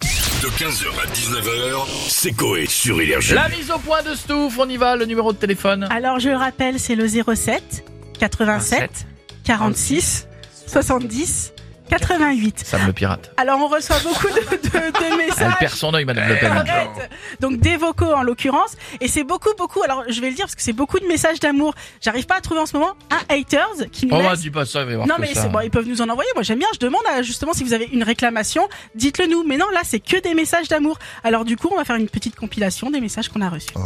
De 15h à 19h, c'est Coé sur Énergie. La mise au point de Stouff, on y va, le numéro de téléphone. Alors je rappelle, c'est le 07 87 46 70 88. Sam le pirate. Alors on reçoit beaucoup de, de- de Elle perd messages. son œil, Euh, Madame Le Pen. Arrête. Donc des vocaux en l'occurrence et c'est beaucoup beaucoup alors je vais le dire parce que c'est beaucoup de messages d'amour j'arrive pas à trouver en ce moment un haters qui nous Oh, On va laisse- dis pas ça, mais voir non que mais ça. c'est bon ils peuvent nous en envoyer moi j'aime bien je demande à, justement si vous avez une réclamation dites-le nous mais non là c'est que des messages d'amour alors du coup on va faire une petite compilation des messages qu'on a reçus Oh,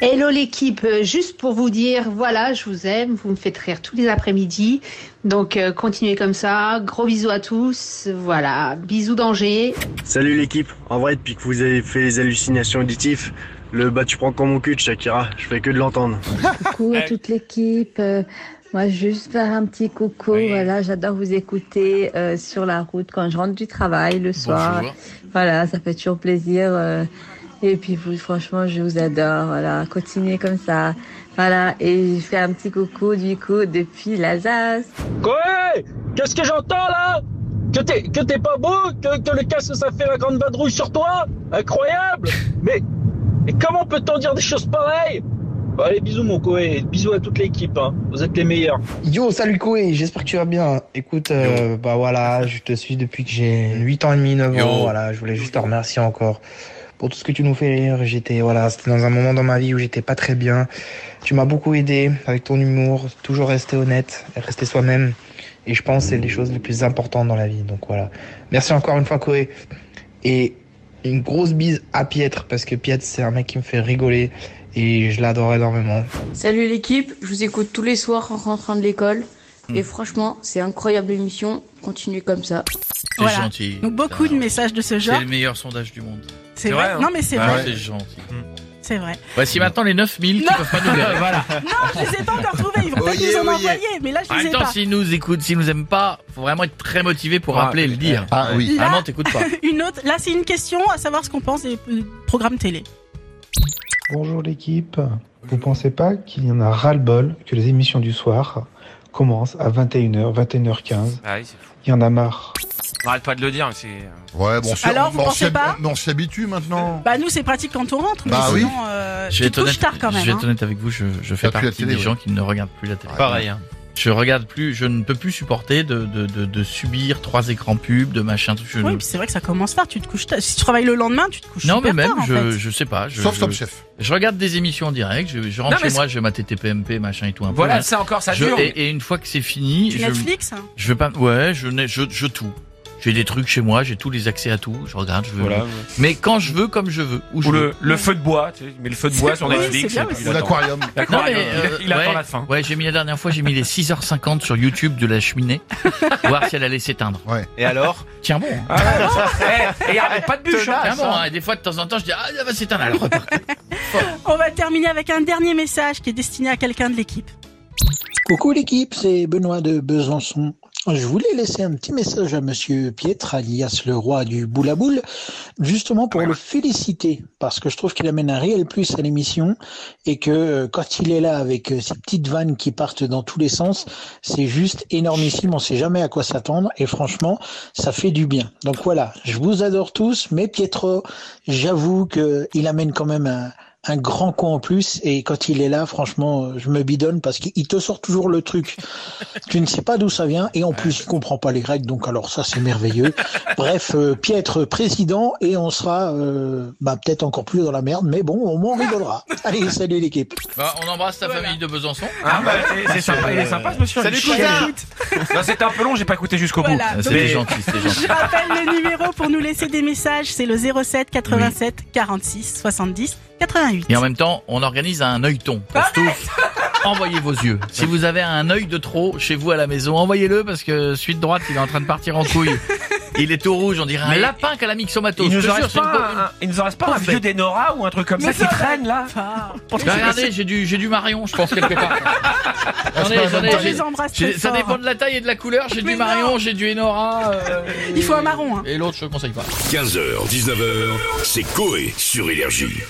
Hello l'équipe, Euh, juste pour vous dire, voilà, je vous aime, vous me faites rire tous les après-midi. Donc euh, continuez comme ça, gros bisous à tous, voilà, bisous d'Angers. Salut l'équipe, en vrai depuis que vous avez fait les hallucinations auditives, le bah tu prends comme mon cul de Shakira, je fais que de l'entendre. coucou à toute l'équipe. Euh, moi, juste faire un petit coucou. Oui. Voilà, j'adore vous écouter euh, sur la route quand je rentre du travail le soir. Bonjour. Voilà, ça fait toujours plaisir. euh, et puis vous, franchement, je vous adore. Voilà, continuez comme ça. Voilà, et je fais un petit coucou du coup depuis l'Alsace. Quoi Qu'est-ce que j'entends là Que t'es que t'es pas beau que, que le casque ça fait la grande vadrouille sur toi Incroyable Mais mais comment peut-on dire des choses pareilles Bon, Allez bisous mon Koé, et bisous à toute l'équipe, hein. vous êtes les meilleurs. Yo, salut Koé, j'espère que tu vas bien. Écoute, euh, bah voilà, je te suis depuis que j'ai 8 ans et demi, 9 ans. Mmh. Yo. Voilà, je voulais juste te remercier encore pour tout ce que tu nous fais rire. J'étais, voilà, c'était dans un moment dans ma vie où j'étais pas très bien. Tu m'as beaucoup aidé avec ton humour, toujours rester honnête, rester soi-même. Et je pense que c'est les choses les plus importantes dans la vie. Donc voilà. Merci encore une fois Koé. Et une grosse bise à Pietre, parce que Pietre, c'est un mec qui me fait rigoler. Et je l'adore énormément. Salut l'équipe, je vous écoute tous les soirs en rentrant de l'école. Et franchement, c'est incroyable l'émission. Continuez comme ça. C'est Voilà. gentil. donc beaucoup de Putain. messages de ce C'est genre le meilleur sondage du monde. c'est vrai, non mais c'est Ah, vrai C'est gentil. c'est vrai Voici maintenant les 9000 qui Non. peuvent pas nous lire. voilà. Non, je les ai pas encore trouvés. Ils vont peut-être nous en envoyer, mais là, je En les même ai temps, pas. s'ils nous écoutent, s'ils nous aiment pas, faut vraiment être très motivé pour Ah, rappeler et le dire. Ah oui. Là- Vraiment, t'écoutes pas. Une autre. Là, c'est une question à savoir ce qu'on pense des euh, programmes télé. Bonjour l'équipe. Vous pensez pas qu'il y en a ras-le-bol que les émissions du soir commencent à 21h, 21h15 Ah oui, c'est fou. Il y en a marre. Arrête pas de le dire, mais c'est. euh, Ouais, bon, c'est- Alors, vous on pensez s'hab- pas on s'habitue maintenant. Bah, nous, c'est pratique quand on rentre, Bah mais oui. sinon, euh, Je vais tu être te couches honnête, tard quand je même. vais hein. être honnête avec vous, je, je fais T'as plus partie la télé, des ouais. gens qui ne regardent plus la télé. Ouais. Pareil. hein. Je regarde plus, je ne peux plus supporter de, de, de, de subir trois écrans pubs, de machin, tout. Je Oui, ne- puis c'est vrai que ça commence tard. Tu te couches tard. Si tu travailles le lendemain, tu te couches non, mais super même, tard, en je, fait. je sais pas. Je, Sauf je- Top Chef. Je regarde des émissions en direct, je, je rentre Non, mais chez moi, je vais mater TPMP, machin et tout un peu, Voilà, hein. ça encore, ça Je- dure. et, et une fois que c'est fini, Tu je, Netflix hein je vais pas. Ouais, je, n'ai- je, je tout. J'ai des trucs chez moi, j'ai tous les accès à tout, je regarde, je veux. Voilà. Mais quand je veux, comme je veux. Où je Ou veux. le, le feu de bois, tu sais, mais le feu de bois sur Oui, Netflix. c'est bien et puis aussi. il Ou attend. l'aquarium. D'accord, Non, mais, il- euh, il, il attend ouais. la fin. Ouais, j'ai mis la dernière fois, j'ai mis les 6h50 sur YouTube de la cheminée, voir si elle allait s'éteindre. Et alors Tiens bon. hein. Et arrête pas de bûche, hein. Tiens bon, hein. Et des fois, de temps en temps, je dis, ah, elle va s'éteindre, elle repart. On va terminer avec un dernier message qui est destiné à quelqu'un de l'équipe. Coucou l'équipe, c'est Benoît de Besançon. Je voulais laisser un petit message à Monsieur Pietre, alias le roi du boule à boule, justement pour le féliciter, parce que je trouve qu'il amène un réel plus à l'émission et que euh, quand il est là avec euh, ses petites vannes qui partent dans tous les sens, c'est juste énormissime, on sait jamais à quoi s'attendre et franchement, ça fait du bien. Donc voilà, je vous adore tous, mais Pietro, j'avoue qu'il amène quand même un, un grand coup en plus et quand il est là, franchement, euh, je me bidonne parce qu'il te sort toujours le truc. tu ne sais pas d'où ça vient et en plus, il comprend pas les règles, donc alors ça, c'est merveilleux. Bref, euh, Pietre président et on sera euh, bah, peut-être encore plus dans la merde, mais bon, au moins on rigolera. Allez, salut l'équipe. Bah, on embrasse ta Voilà. famille de Besançon. Ah bah, c'est- c'est sympa, il est sympa ce monsieur. Salut, Il est cousin. chiant. Non, c'était un peu long, j'ai pas écouté jusqu'au bout. Voilà. C'était Ah, Mais- gentil, c'était gentil. Je rappelle le numéro pour nous laisser des messages, c'est le 07 87 46 70 88. Et en même temps, on organise un œilleton. Pour tous, envoyez vos yeux. Si vous avez un œil de trop chez vous à la maison, envoyez-le parce que suite droite, il est en train de partir en couille. Il est tout rouge, on dirait un Mais- lapin qu'à la myxomatose. Il Je nous te en jure, reste c'est une pas peau- un- un- il nous en reste pas un Parfait. vieux d'Enora ou un truc comme ça qui traîne là Ah. Bah, regardez, j'ai du, j'ai du marion, je pense, quelque part. J'en ai- j'en ai- On j'ai- les embrasse j'ai- très ça fort. dépend de la taille et de la couleur. J'ai Mais du marion, j'ai du Enora. euh, Il faut un marron. hein. et l'autre, je conseille pas. 15h, 19h, c'est Coé sur Énergie.